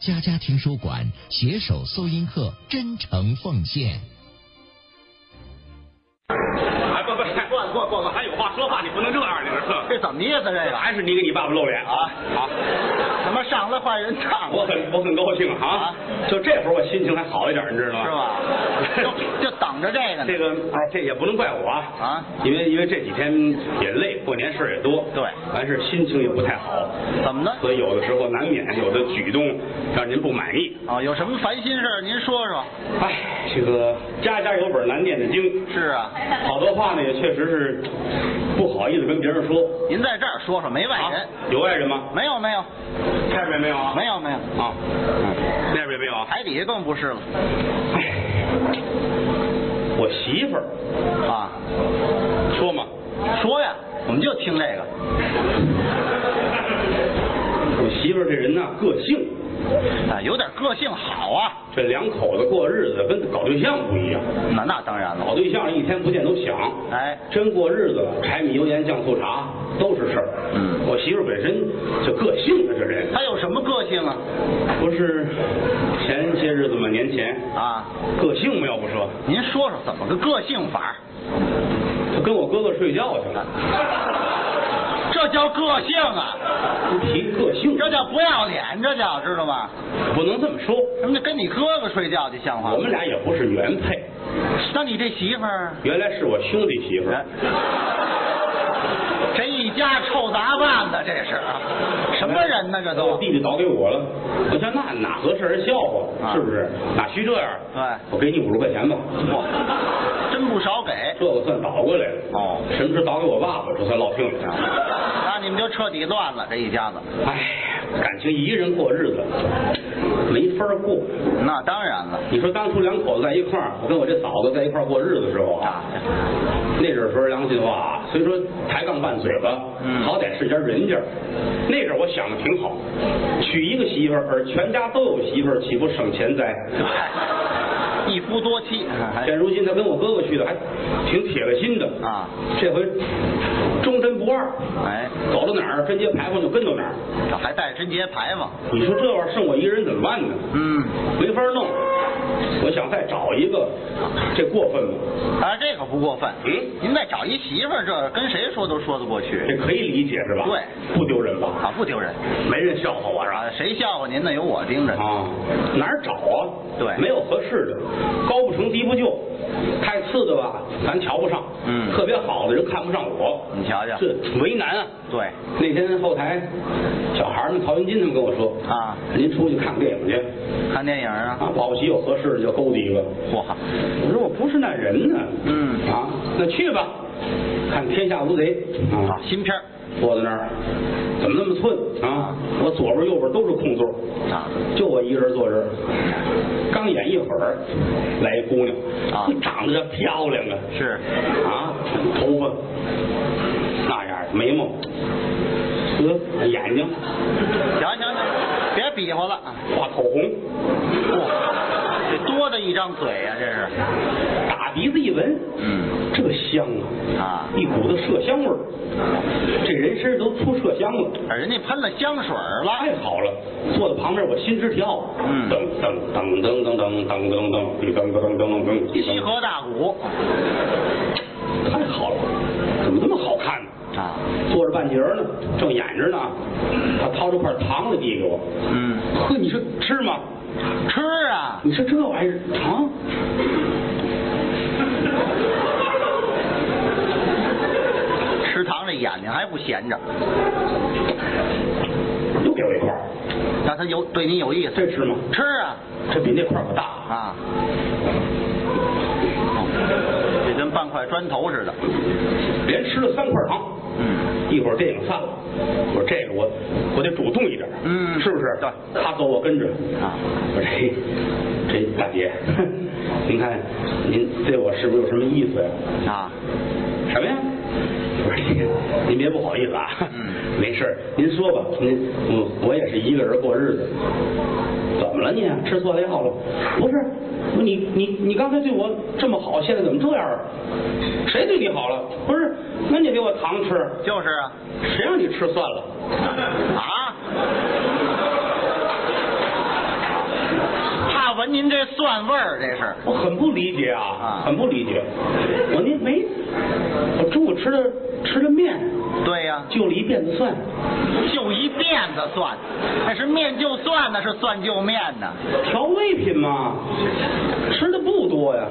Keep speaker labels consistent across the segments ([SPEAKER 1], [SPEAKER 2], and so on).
[SPEAKER 1] 家家听书馆携手搜音课，真诚奉献。
[SPEAKER 2] 哎，不不，过过过过，还有话说话，你不能这样，你这
[SPEAKER 3] 这怎么意思？这
[SPEAKER 2] 这
[SPEAKER 3] 个
[SPEAKER 2] 还是你给你爸爸露脸啊？好，
[SPEAKER 3] 怎么上了坏人当
[SPEAKER 2] 我
[SPEAKER 3] 了？
[SPEAKER 2] 很我很高兴啊
[SPEAKER 3] 啊！
[SPEAKER 2] 就这会儿我心情还好一点，你知道吗？
[SPEAKER 3] 是吧？ 就就等着这个呢
[SPEAKER 2] 这。个啊，这也不能怪我啊，
[SPEAKER 3] 啊
[SPEAKER 2] 因为因为这几天也累，过年事儿也多，
[SPEAKER 3] 对
[SPEAKER 2] 完事儿心情也不太好，
[SPEAKER 3] 怎么呢？
[SPEAKER 2] 所以有的时候难免有的举动让您不满意。
[SPEAKER 3] 啊，有什么烦心事儿您说说。
[SPEAKER 2] 哎，这个家家有本难念的经，
[SPEAKER 3] 是啊，
[SPEAKER 2] 好多话呢也确实是不好意思跟别人说。啊
[SPEAKER 3] 您在这儿说说，没外人。
[SPEAKER 2] 有外人吗？
[SPEAKER 3] 没有没有
[SPEAKER 2] 这边没有啊？
[SPEAKER 3] 没有没有，
[SPEAKER 2] 啊，嗯那边没有啊？
[SPEAKER 3] 台底下更不是了
[SPEAKER 2] 哎， 我媳妇儿
[SPEAKER 3] 啊。
[SPEAKER 2] 说嘛，
[SPEAKER 3] 说呀，我们就听这个。
[SPEAKER 2] 我媳妇儿这人呐个性，
[SPEAKER 3] 啊，有点个性好啊。
[SPEAKER 2] 这两口子过日子跟搞对象不一样，
[SPEAKER 3] 那那当然
[SPEAKER 2] 搞
[SPEAKER 3] 了，
[SPEAKER 2] 对象一天不见都想，
[SPEAKER 3] 哎
[SPEAKER 2] 真过日子了，柴米油盐酱醋茶都是事儿。
[SPEAKER 3] 嗯
[SPEAKER 2] 我媳妇儿本身就个性啊，这人
[SPEAKER 3] 他有什么个性啊？
[SPEAKER 2] 不是前些日子嘛，年前
[SPEAKER 3] 啊，
[SPEAKER 2] 个性嘛，要不说
[SPEAKER 3] 您说说怎么个个性法儿？
[SPEAKER 2] 她跟我哥哥睡觉去了，
[SPEAKER 3] 这叫个性啊！
[SPEAKER 2] 不提个性，
[SPEAKER 3] 这叫不要脸，这叫知道吗？
[SPEAKER 2] 不能这么说，
[SPEAKER 3] 什么叫跟你哥哥睡觉就像话吗？
[SPEAKER 2] 我们俩也不是原配。
[SPEAKER 3] 那你这媳妇儿，
[SPEAKER 2] 原来是我兄弟媳妇儿
[SPEAKER 3] 哎， 这一家臭杂拌的，这是啊什么人呢？这
[SPEAKER 2] 我
[SPEAKER 3] 都
[SPEAKER 2] 弟弟倒给我了。我想那哪合适人笑话，
[SPEAKER 3] 啊
[SPEAKER 2] 是不是？哪需这样？
[SPEAKER 3] 哎
[SPEAKER 2] 我给你五十块钱吧。
[SPEAKER 3] 哇，真不少给，
[SPEAKER 2] 这个算倒过来了。
[SPEAKER 3] 哦啊
[SPEAKER 2] 什么时候倒给我爸爸，这算落听了。
[SPEAKER 3] 那你们就彻底乱了这一家子。
[SPEAKER 2] 哎，感情一个人过日子没法儿过。
[SPEAKER 3] 那当然了，
[SPEAKER 2] 你说当初两口子在一块儿，我跟我这嫂子在一块儿过日子的时候啊，那阵儿说良心话啊，虽说抬杠拌嘴巴，
[SPEAKER 3] 嗯
[SPEAKER 2] 好歹是家人家儿。那阵儿我想的挺好，娶一个媳妇儿，而全家都有媳妇儿，岂不省钱哉？
[SPEAKER 3] 一夫多妻，
[SPEAKER 2] 现如今他跟我哥哥去的，还挺铁了心的
[SPEAKER 3] 啊。
[SPEAKER 2] 这回忠贞不二，
[SPEAKER 3] 哎，
[SPEAKER 2] 走到哪儿贞节牌坊就跟到哪儿。
[SPEAKER 3] 这还带贞节牌坊。
[SPEAKER 2] 你说这玩意儿剩我一人怎么办呢？
[SPEAKER 3] 嗯，
[SPEAKER 2] 没法弄。我想再找一个，这过分吗？
[SPEAKER 3] 啊，这可不过分。
[SPEAKER 2] 嗯，
[SPEAKER 3] 您再找一媳妇儿，这跟谁说都说得过去
[SPEAKER 2] 这可以理解是吧？
[SPEAKER 3] 对，
[SPEAKER 2] 不丢人吧？
[SPEAKER 3] 啊，不丢人
[SPEAKER 2] 没人笑话我是吧？
[SPEAKER 3] 啊！谁笑话您呢？有我盯着。
[SPEAKER 2] 啊，哪儿找啊？
[SPEAKER 3] 对
[SPEAKER 2] 没有合适的，高不成低不就，太次的吧，咱瞧不上。
[SPEAKER 3] 嗯
[SPEAKER 2] 特别好的人看不上我，
[SPEAKER 3] 你瞧瞧
[SPEAKER 2] 这为难啊。
[SPEAKER 3] 对，
[SPEAKER 2] 那天后台，小孩儿们曹云金他们跟我说
[SPEAKER 3] 啊
[SPEAKER 2] 您出去看个电影去
[SPEAKER 3] 看电影啊。
[SPEAKER 2] 啊，保不齐有合适的就勾搭一个。
[SPEAKER 3] 哇，
[SPEAKER 2] 我说我不是那人呢，
[SPEAKER 3] 嗯
[SPEAKER 2] 啊，那去吧，看《天下无贼》啊
[SPEAKER 3] 啊，，新片儿
[SPEAKER 2] 坐在那儿怎么那么寸啊？我左边右边都是空座，
[SPEAKER 3] 啊，
[SPEAKER 2] 就我一人坐这儿。刚演一会儿，来一姑娘
[SPEAKER 3] 啊
[SPEAKER 2] 长得这漂亮啊，
[SPEAKER 3] 是
[SPEAKER 2] 啊，头发那样儿，眉毛，呃，眼睛
[SPEAKER 3] 行行行，别比划了。啊
[SPEAKER 2] 画口红，
[SPEAKER 3] 哇，这多的一张嘴啊呀、这是。
[SPEAKER 2] 打鼻子一闻，
[SPEAKER 3] 嗯，
[SPEAKER 2] 这个香啊，
[SPEAKER 3] 啊，
[SPEAKER 2] 一股子麝香味儿，这人身上都出麝香了。
[SPEAKER 3] 人家喷了香水儿了。
[SPEAKER 2] 太好了，坐在旁边我心直跳，
[SPEAKER 3] 嗯
[SPEAKER 2] 噔噔噔噔噔噔噔噔噔噔噔噔噔噔噔，
[SPEAKER 3] 西河大鼓
[SPEAKER 2] 太好了，怎么那么好看呢？
[SPEAKER 3] 啊，
[SPEAKER 2] 坐着半截儿呢，正演着呢，他掏出块糖来递给我，
[SPEAKER 3] 嗯，
[SPEAKER 2] 呵，你说吃吗？
[SPEAKER 3] 吃啊，
[SPEAKER 2] 你说这玩意儿糖？
[SPEAKER 3] 食堂这眼睛还不闲着，
[SPEAKER 2] 又给我一块儿，
[SPEAKER 3] 让他有对你有意思。
[SPEAKER 2] 这吃吗？
[SPEAKER 3] 吃啊
[SPEAKER 2] 这比那块儿可大，
[SPEAKER 3] 啊，哦这跟半块砖头似的。
[SPEAKER 2] 连吃了三块糖。
[SPEAKER 3] 嗯，
[SPEAKER 2] 一会儿电影散了，我说这个我我得主动一点，
[SPEAKER 3] 嗯
[SPEAKER 2] 是不是？
[SPEAKER 3] 对
[SPEAKER 2] 他走我跟着
[SPEAKER 3] 啊
[SPEAKER 2] 我说这哎这大姐， 哼您看您对我是不是有什么意思呀、
[SPEAKER 3] 啊，
[SPEAKER 2] 什么呀？我说您别不好意思啊，
[SPEAKER 3] 嗯
[SPEAKER 2] 没事儿您说吧，您我我也是一个人过日子，怎么了你、啊吃错药了？不是，不你你你刚才对我这么好，现在怎么这样啊？谁对你好了？不是，那你给我糖吃，
[SPEAKER 3] 就是啊，
[SPEAKER 2] 谁让你吃蒜了？
[SPEAKER 3] 啊，闻您这蒜味儿，这是
[SPEAKER 2] 我很不理解啊
[SPEAKER 3] 啊，
[SPEAKER 2] 很不理解。我您没，我中午吃的吃的面，
[SPEAKER 3] 对呀、
[SPEAKER 2] 就了一辫子蒜，
[SPEAKER 3] 就一辫子蒜，那是面就蒜呢，是蒜就面呢。
[SPEAKER 2] 调味品嘛，吃的不多呀。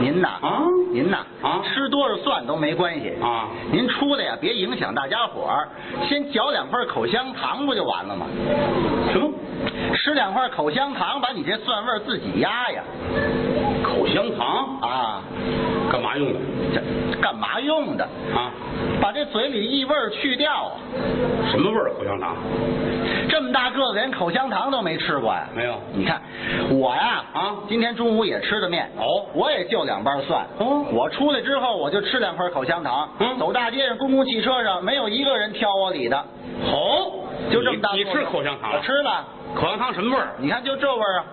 [SPEAKER 3] 您呐，
[SPEAKER 2] 啊
[SPEAKER 3] 您呐，
[SPEAKER 2] 啊
[SPEAKER 3] 吃多少蒜都没关系
[SPEAKER 2] 啊
[SPEAKER 3] 您出来呀、别影响大家伙儿，先嚼两块口香糖不就完了吗？
[SPEAKER 2] 什么？
[SPEAKER 3] 吃两块口香糖，把你这蒜味儿自己压呀。
[SPEAKER 2] 口香糖？
[SPEAKER 3] 啊，
[SPEAKER 2] 干嘛用的？
[SPEAKER 3] 这这干嘛用的？
[SPEAKER 2] 啊？
[SPEAKER 3] 把这嘴里异味儿去掉啊！
[SPEAKER 2] 什么味儿？口香糖？
[SPEAKER 3] 这么大个子连口香糖都没吃过呀、
[SPEAKER 2] 没有
[SPEAKER 3] 你看我呀
[SPEAKER 2] 啊
[SPEAKER 3] 今天中午也吃的面
[SPEAKER 2] 哦
[SPEAKER 3] 我也就两瓣蒜
[SPEAKER 2] 哦
[SPEAKER 3] 我出来之后我就吃两块口香糖，
[SPEAKER 2] 嗯
[SPEAKER 3] 走大街上公共汽车上没有一个人挑我理的，
[SPEAKER 2] 哦
[SPEAKER 3] 就这么大
[SPEAKER 2] 你
[SPEAKER 3] 个
[SPEAKER 2] 你
[SPEAKER 3] 子
[SPEAKER 2] 吃口香糖了
[SPEAKER 3] 我吃了，
[SPEAKER 2] 口香糖什么味儿？
[SPEAKER 3] 你看就这味儿啊。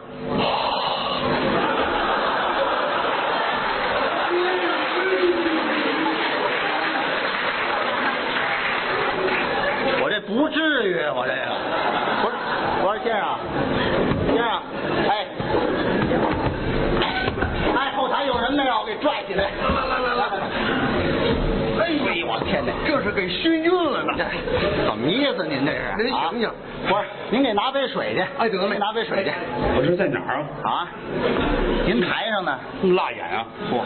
[SPEAKER 3] 我这不至于，啊我这个不是，我说先生，啊先生，哎，哎，后台有人没有？我给拽起来！哎呦，我天哪，
[SPEAKER 4] 这是给熏晕了呢。
[SPEAKER 3] 这哎怎么意思？您这是？
[SPEAKER 4] 您醒醒
[SPEAKER 3] 啊不是，您给拿杯水去。
[SPEAKER 4] 哎得嘞
[SPEAKER 3] 您拿杯水去。
[SPEAKER 2] 我这在哪儿啊？
[SPEAKER 3] 啊，您台上呢？
[SPEAKER 2] 这么辣眼啊？
[SPEAKER 3] 不，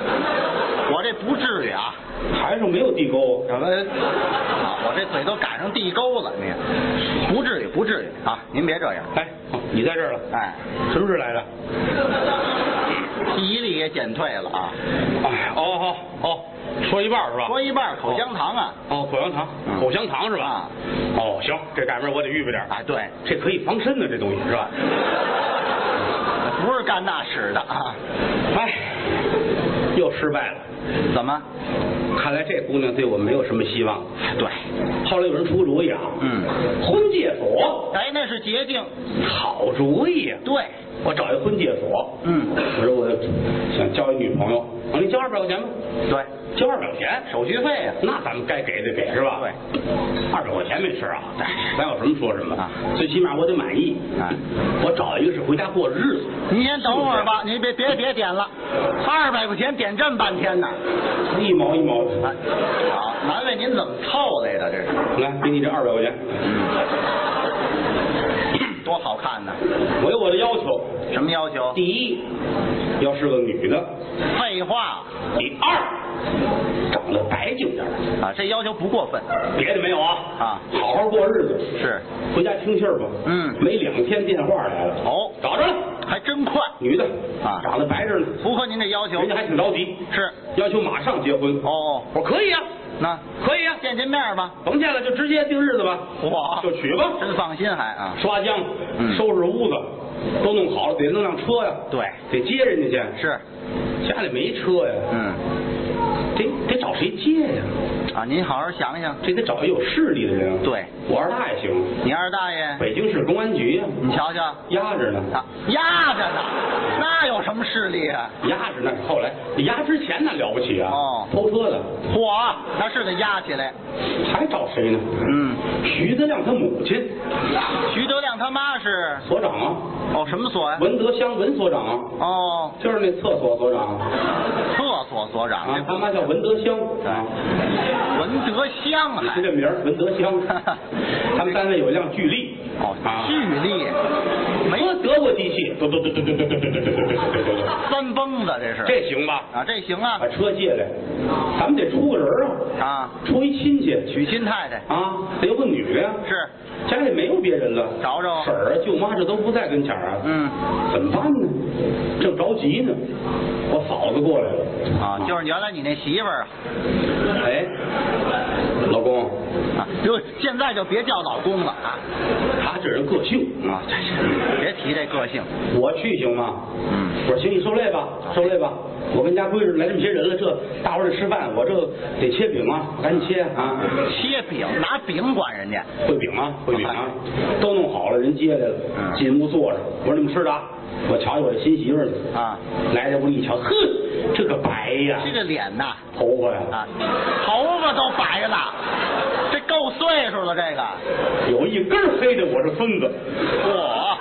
[SPEAKER 3] 我这不至于啊。
[SPEAKER 2] 台上没有地沟啊。
[SPEAKER 3] 什么？啊，我这嘴都赶上地沟了，您不至于，不至于啊！您别这样，
[SPEAKER 2] 哎，哦你在这儿了？
[SPEAKER 3] 哎，
[SPEAKER 2] 什么时候来的？
[SPEAKER 3] 记忆力也减退了啊。
[SPEAKER 2] 哎，哦哦哦，说一半儿是吧？
[SPEAKER 3] 说一半口香糖啊，
[SPEAKER 2] 哦，口香糖，
[SPEAKER 3] 嗯
[SPEAKER 2] 口香糖是吧
[SPEAKER 3] 啊？
[SPEAKER 2] 哦，行，这改明儿我得预备点儿。 哎
[SPEAKER 3] 啊，对，
[SPEAKER 2] 这可以防身的，这东西是吧？
[SPEAKER 3] 不是干那使的啊。
[SPEAKER 2] 哎，又失败了。
[SPEAKER 3] 怎么？
[SPEAKER 2] 看来这姑娘对我没有什么希望。
[SPEAKER 3] 对，
[SPEAKER 2] 后来有人出个主意啊，
[SPEAKER 3] 嗯
[SPEAKER 2] 婚介所，
[SPEAKER 3] 哎，那是捷径。
[SPEAKER 2] 好主意呀、
[SPEAKER 3] 对，
[SPEAKER 2] 我找一婚介所，
[SPEAKER 3] 嗯
[SPEAKER 2] 我说我想交一女朋友，我说你交二百块钱吧，
[SPEAKER 3] 对，
[SPEAKER 2] 交二百块钱，
[SPEAKER 3] 手续费啊。
[SPEAKER 2] 那咱们该给的给是吧？
[SPEAKER 3] 对，
[SPEAKER 2] 二百块钱没事啊
[SPEAKER 3] 哎，
[SPEAKER 2] 咱有什么说什么
[SPEAKER 3] 啊
[SPEAKER 2] 最起码我得满意。
[SPEAKER 3] 哎
[SPEAKER 2] 我找一个是回家过日子，
[SPEAKER 3] 您先等会儿吧，您别别别点了，二百块钱点这么半天呢。
[SPEAKER 2] 一毛一毛的，
[SPEAKER 3] 啊，好，难为您怎么凑来的？这是嗯
[SPEAKER 2] 来给你这二百块钱，
[SPEAKER 3] 多好看呢！
[SPEAKER 2] 我有我的要求，
[SPEAKER 3] 什么要求？
[SPEAKER 2] 第一要是个女的，
[SPEAKER 3] 废话
[SPEAKER 2] 第二长得白净点儿，
[SPEAKER 3] 啊，这要求不过分。
[SPEAKER 2] 别的没有啊
[SPEAKER 3] 啊
[SPEAKER 2] 好好过日子，
[SPEAKER 3] 是，
[SPEAKER 2] 回家听信儿吧。
[SPEAKER 3] 嗯
[SPEAKER 2] 没两天电话来了，
[SPEAKER 3] 哦
[SPEAKER 2] 找着了，
[SPEAKER 3] 还真快，
[SPEAKER 2] 女的
[SPEAKER 3] 啊
[SPEAKER 2] 长得白着呢，
[SPEAKER 3] 符合您这要求
[SPEAKER 2] 人。家还挺着急，
[SPEAKER 3] 是
[SPEAKER 2] 要求马上结婚。
[SPEAKER 3] 哦，
[SPEAKER 2] 我说可以啊，
[SPEAKER 3] 那
[SPEAKER 2] 可以啊，
[SPEAKER 3] 见见面吧。
[SPEAKER 2] 甭见了，就直接定日子吧，
[SPEAKER 3] 哇
[SPEAKER 2] 就娶吧。
[SPEAKER 3] 真放心还啊？
[SPEAKER 2] 刷浆
[SPEAKER 3] 嗯、
[SPEAKER 2] 收拾屋子都弄好了，得弄辆车呀，
[SPEAKER 3] 对，
[SPEAKER 2] 得接人家去。
[SPEAKER 3] 是，
[SPEAKER 2] 家里没车呀，
[SPEAKER 3] 嗯，
[SPEAKER 2] 得得找谁接呀？
[SPEAKER 3] 啊，您好好想想，
[SPEAKER 2] 这得找一有势力的人啊。
[SPEAKER 3] 对，
[SPEAKER 2] 我二大爷行，
[SPEAKER 3] 你二大爷，
[SPEAKER 2] 北京市公安局呀，
[SPEAKER 3] 你瞧瞧，
[SPEAKER 2] 压着呢，
[SPEAKER 3] 他压着呢，那有什么势力啊？
[SPEAKER 2] 压着呢。后来压之前那了不起啊，
[SPEAKER 3] 哦
[SPEAKER 2] 偷车的，
[SPEAKER 3] 嚯，那是得压起来。
[SPEAKER 2] 还找谁呢？
[SPEAKER 3] 嗯，
[SPEAKER 2] 徐德亮他母亲，
[SPEAKER 3] 徐德亮他妈是
[SPEAKER 2] 所长啊，
[SPEAKER 3] 哦什么所呀、
[SPEAKER 2] 文德乡文所长啊，
[SPEAKER 3] 哦，
[SPEAKER 2] 就是那厕所所长啊，
[SPEAKER 3] 厕所所长
[SPEAKER 2] 啊他妈叫文德乡啊，
[SPEAKER 3] 文德香啊
[SPEAKER 2] 你
[SPEAKER 3] 还
[SPEAKER 2] 听这名儿文德 乡，他们单位有一辆巨力，
[SPEAKER 3] 哦
[SPEAKER 2] 啊，
[SPEAKER 3] 巨力，没
[SPEAKER 2] 德德国机器，嘟嘟嘟嘟嘟嘟嘟嘟嘟嘟嘟嘟嘟，
[SPEAKER 3] 三蹦子这是
[SPEAKER 2] 这行吧？
[SPEAKER 3] 啊这行啊
[SPEAKER 2] 把车借来，咱们得出个人儿啊，
[SPEAKER 3] 啊
[SPEAKER 2] 出一亲戚
[SPEAKER 3] 娶亲太太
[SPEAKER 2] 啊，得有个女的呀，
[SPEAKER 3] 是
[SPEAKER 2] 家里没有别人了，
[SPEAKER 3] 找找
[SPEAKER 2] 婶儿啊、舅妈这都不在跟前儿啊，
[SPEAKER 3] 嗯
[SPEAKER 2] 怎么办呢？正着急呢，我嫂子过来了
[SPEAKER 3] 啊就是原来你那媳妇儿啊
[SPEAKER 2] 哎，老公，
[SPEAKER 3] 啊就现在就别叫老公了啊
[SPEAKER 2] 他这人个性，
[SPEAKER 3] 啊这是别提这个性
[SPEAKER 2] 我去行吗？
[SPEAKER 3] 嗯
[SPEAKER 2] 我说行，你受累吧，受累吧。我跟家闺女来这么些人了，这大伙儿得吃饭，我这得切饼啊，赶紧切啊，
[SPEAKER 3] 切饼拿饼管人家
[SPEAKER 2] 烩饼啊，烩饼啊，都弄好了，人接来了，
[SPEAKER 3] 嗯
[SPEAKER 2] 进屋坐着。我说你们吃的啊，我瞧瞧我这新媳妇儿呢
[SPEAKER 3] 啊
[SPEAKER 2] 来这屋一瞧，呵，这个白呀，
[SPEAKER 3] 这个脸呐
[SPEAKER 2] 头发呀，
[SPEAKER 3] 啊头发都白了这够岁数了这个
[SPEAKER 2] 有一根儿黑的，我是孙子。
[SPEAKER 3] 我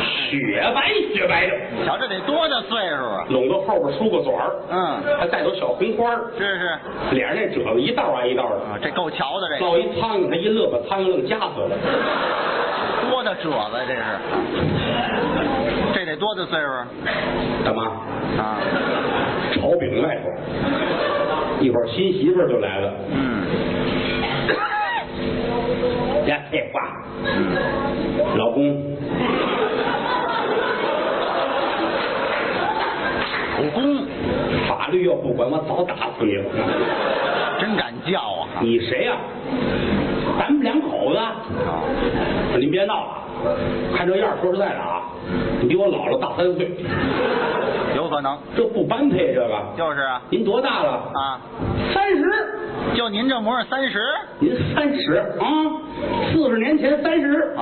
[SPEAKER 2] 雪白雪白的，
[SPEAKER 3] 你瞧这得多大岁数啊？
[SPEAKER 2] 拢到后边梳个嘴儿，
[SPEAKER 3] 嗯
[SPEAKER 2] 还带朵小红花儿，
[SPEAKER 3] 是是
[SPEAKER 2] 脸上那褶子一道挨一道的，
[SPEAKER 3] 啊，这够瞧的，这
[SPEAKER 2] 落一苍蝇，他一乐把苍蝇愣夹死了。
[SPEAKER 3] 多大褶子这是？这得多大岁数
[SPEAKER 2] 大妈，
[SPEAKER 3] 啊？
[SPEAKER 2] 炒饼外头，一会儿新媳妇儿就来了。
[SPEAKER 3] 嗯
[SPEAKER 2] 呀，废话，
[SPEAKER 3] 嗯，
[SPEAKER 2] 老公，
[SPEAKER 3] 武功
[SPEAKER 2] 法律要不管我早打死你了。
[SPEAKER 3] 真敢叫啊！
[SPEAKER 2] 你谁呀、咱们两口子。
[SPEAKER 3] 啊，
[SPEAKER 2] 您别闹了，看这样，说实在的啊，你比我姥姥大三岁，
[SPEAKER 3] 有可能
[SPEAKER 2] 这不般配这个。
[SPEAKER 3] 就是啊
[SPEAKER 2] 您多大了？
[SPEAKER 3] 啊！
[SPEAKER 2] 三十。
[SPEAKER 3] 就您这模样，三十
[SPEAKER 2] 您三十啊？四十年前三十，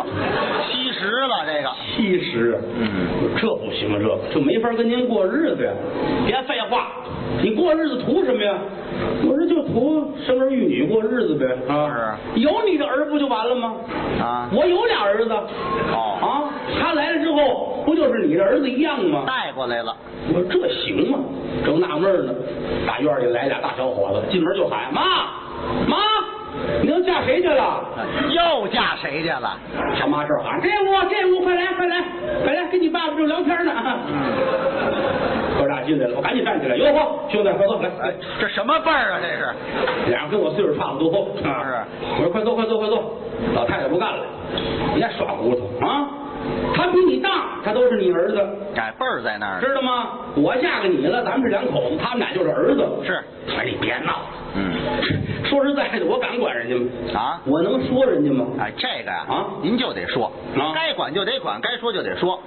[SPEAKER 3] 七十了，这个
[SPEAKER 2] 七十。啊
[SPEAKER 3] 嗯，
[SPEAKER 2] 这不行啊，这个这没法跟您过日子呀。别废话，你过日子图什么呀？我说就图生儿育女过日子呗。
[SPEAKER 3] 啊
[SPEAKER 2] 有你的儿不就完了吗？
[SPEAKER 3] 啊
[SPEAKER 2] 我有俩儿子。
[SPEAKER 3] 哦，
[SPEAKER 2] 啊，他来了之后，不就是你的儿子一样吗？
[SPEAKER 3] 带过来了，
[SPEAKER 2] 我说这行吗？正纳闷呢，大院里来俩大小伙子，进门就喊妈妈，你都嫁谁去了？
[SPEAKER 3] 又嫁谁去了？
[SPEAKER 2] 他妈这儿喊这屋这屋，快来快来快来，跟你爸爸正聊天呢。哥俩进来了，我赶紧站起来，哟呵，兄弟快坐来，
[SPEAKER 3] 哎，这什么辈儿啊？这是
[SPEAKER 2] 俩人跟我岁数差不多，啊我说快坐快坐快坐，老太太不干了，别耍骨头啊，他比你大，他都是你儿子。
[SPEAKER 3] 哎，辈儿在那儿呢。
[SPEAKER 2] 知道吗？我嫁给你了，咱们是两口子，他们俩就是儿子。
[SPEAKER 3] 是
[SPEAKER 2] 哎，你别闹了。
[SPEAKER 3] 嗯，
[SPEAKER 2] 说实在的，我敢管人家吗？
[SPEAKER 3] 啊
[SPEAKER 2] 我能说人家吗？
[SPEAKER 3] 哎，这个呀，
[SPEAKER 2] 啊
[SPEAKER 3] 您就得说
[SPEAKER 2] 啊，
[SPEAKER 3] 该管就得管，该说就得说。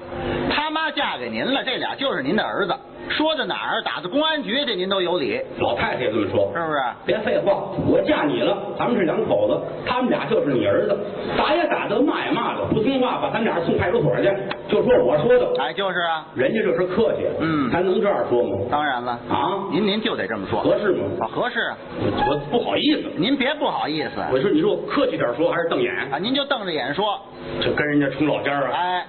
[SPEAKER 3] 他妈嫁给您了，这俩就是您的儿子，说到哪儿打到公安局，这您都有理，是
[SPEAKER 2] 老太太也这么说
[SPEAKER 3] 不。是？啊
[SPEAKER 2] 别废话，我嫁你了，咱们是两口子，他们俩就是你儿子，打也打得，骂也骂得，不听话把他们俩送派出所去，就说我说的。
[SPEAKER 3] 哎，就是啊，
[SPEAKER 2] 人家这是客气，
[SPEAKER 3] 嗯
[SPEAKER 2] 咱能这样说吗？
[SPEAKER 3] 当然了，
[SPEAKER 2] 啊，
[SPEAKER 3] 您您就得这么说，
[SPEAKER 2] 合适吗？
[SPEAKER 3] 啊，合适啊。
[SPEAKER 2] 我我不好意思，
[SPEAKER 3] 您别不好意思
[SPEAKER 2] 我说你说我客气点说还是瞪眼，
[SPEAKER 3] 啊，您就瞪着眼说，
[SPEAKER 2] 就跟人家冲老尖儿啊，
[SPEAKER 3] 哎，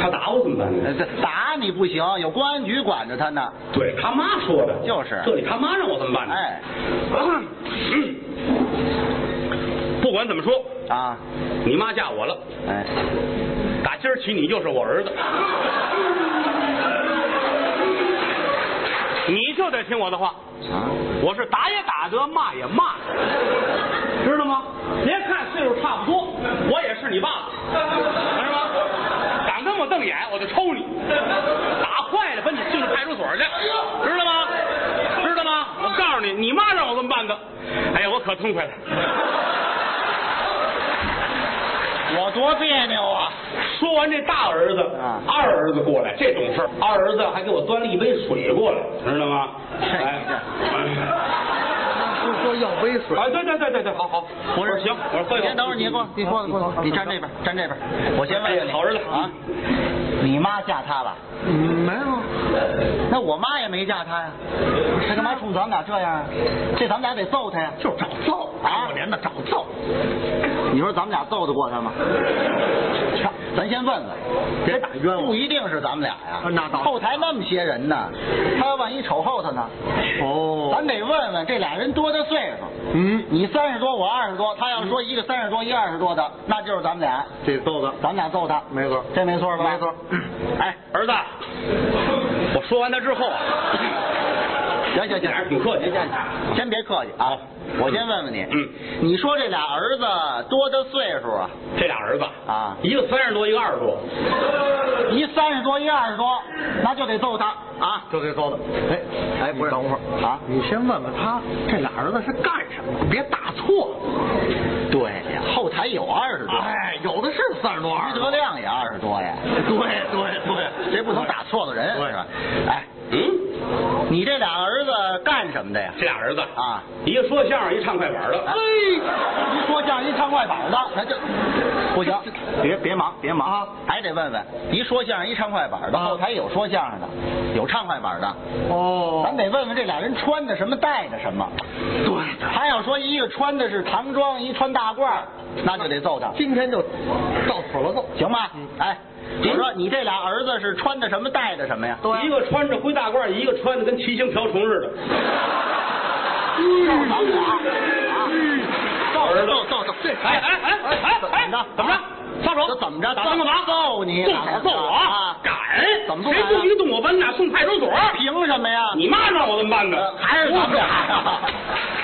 [SPEAKER 2] 他打我怎么办呢？
[SPEAKER 3] 呃这打你不行，有公安局管着他呢。
[SPEAKER 2] 对他妈说的，
[SPEAKER 3] 就是
[SPEAKER 2] 这里他妈让我怎么办呢？
[SPEAKER 3] 哎，
[SPEAKER 2] 啊，嗯， 不管怎么说，
[SPEAKER 3] 啊，
[SPEAKER 2] 你妈嫁我了，
[SPEAKER 3] 哎，
[SPEAKER 2] 打今儿起你就是我儿子，
[SPEAKER 4] 你就得听我的话。
[SPEAKER 3] 啊，
[SPEAKER 4] 我是打也打得，骂也骂得，知道吗？别看岁数差不多，我也是你爸爸，知道吗？敢跟我瞪眼，我就抽你，打坏了把你送到派出所去，知道吗？知道吗？我告诉你，你妈让我这么办的，哎呀，我可痛快了。
[SPEAKER 3] 我多别扭啊！
[SPEAKER 2] 说完这大儿子，
[SPEAKER 3] 啊
[SPEAKER 2] 二儿子过来，这懂事儿二儿子还给我端了一杯水过来，知道吗？哎，
[SPEAKER 3] 不说要杯水
[SPEAKER 2] 哎，对对对对对，好好，
[SPEAKER 3] 不是，
[SPEAKER 2] 行，我说喝一口
[SPEAKER 3] 您等会儿，你过来，你过来，过来，你站这边，站这边。我先问
[SPEAKER 2] 哎
[SPEAKER 3] 问你，
[SPEAKER 2] 好儿子
[SPEAKER 3] 啊，你妈嫁他了？没嗯有。那我妈也没嫁他呀，他干嘛冲咱们俩这样啊？这咱们俩得揍他呀！就是找揍
[SPEAKER 2] 哎
[SPEAKER 3] 啊！我连的找揍。你说咱们俩揍得过他吗？咱先问问，别打冤枉。不一定是咱们俩呀，那倒后台那么些人呢，他要万一瞅后头呢？哦，咱得问问这俩人多大岁数？嗯，你三十多，我二十多，他要是说一个三十多，一个二十多的，那就是咱们俩，
[SPEAKER 5] 这揍的，
[SPEAKER 3] 咱们俩揍他，
[SPEAKER 5] 没错
[SPEAKER 3] 这没错吧？
[SPEAKER 5] 没错。
[SPEAKER 4] 哎，儿子，我说完他之后啊，
[SPEAKER 2] 俩
[SPEAKER 3] 行行行，
[SPEAKER 2] 人挺客气
[SPEAKER 3] 先先别客气啊，我先问问你，
[SPEAKER 2] 嗯，
[SPEAKER 3] 你说这俩儿子多大岁数啊？
[SPEAKER 2] 这俩儿子
[SPEAKER 3] 啊
[SPEAKER 2] 一个三十多，一个二十多，
[SPEAKER 3] 一三十多，一二十多，那就得揍他啊！
[SPEAKER 5] 就这揍的。哎哎，不是，等会儿
[SPEAKER 3] 啊
[SPEAKER 5] 你先问问他，这俩儿子是干什么的？别打错。
[SPEAKER 3] 对呀，后台有二十多，
[SPEAKER 5] 哎，有的是三十多，二
[SPEAKER 3] 于
[SPEAKER 5] 十
[SPEAKER 3] 德
[SPEAKER 5] 多。
[SPEAKER 3] 亮也二十多呀。
[SPEAKER 5] 对对 对，
[SPEAKER 3] 这不能打错了人，
[SPEAKER 5] 对
[SPEAKER 3] 是吧？哎，
[SPEAKER 2] 嗯，
[SPEAKER 3] 你这俩儿子干什么的呀？
[SPEAKER 2] 这俩儿子
[SPEAKER 3] 啊，
[SPEAKER 2] 一个说相声，一唱快板的，
[SPEAKER 3] 哎，一说相声一唱快板的，那就不行，别别忙，别忙啊，还得问问。一说相声，一唱快板的，
[SPEAKER 5] 啊
[SPEAKER 3] 后台有说相声的，有唱快板的，
[SPEAKER 5] 哦
[SPEAKER 3] 咱得问问这俩人穿的什么，戴的什么。
[SPEAKER 5] 对对，
[SPEAKER 3] 他要说一个穿的是唐装，一穿大褂儿，那就得揍他，
[SPEAKER 5] 今天就到此了揍。
[SPEAKER 3] 行吧？哎，我说你这俩儿子是穿的什么，戴的什么呀？
[SPEAKER 2] 一个穿着灰大褂，一个穿的跟骑行瓢虫似的。
[SPEAKER 3] 揍老我啊！揍揍揍揍！这
[SPEAKER 4] 哎哎哎哎
[SPEAKER 3] 怎
[SPEAKER 4] 哎
[SPEAKER 3] 么着？
[SPEAKER 4] 怎么着放手
[SPEAKER 3] 这怎么着？
[SPEAKER 4] 打算干嘛
[SPEAKER 3] 揍你！
[SPEAKER 4] 动手揍我
[SPEAKER 3] 啊？
[SPEAKER 4] 敢？
[SPEAKER 3] 怎么不敢
[SPEAKER 4] 谁
[SPEAKER 3] 啊哎
[SPEAKER 2] 动
[SPEAKER 4] 啊
[SPEAKER 2] 一动我把你俩送派出所。
[SPEAKER 3] 凭什么呀？
[SPEAKER 4] 你妈让我怎么办呢？
[SPEAKER 3] 呃还是咱们俩呀？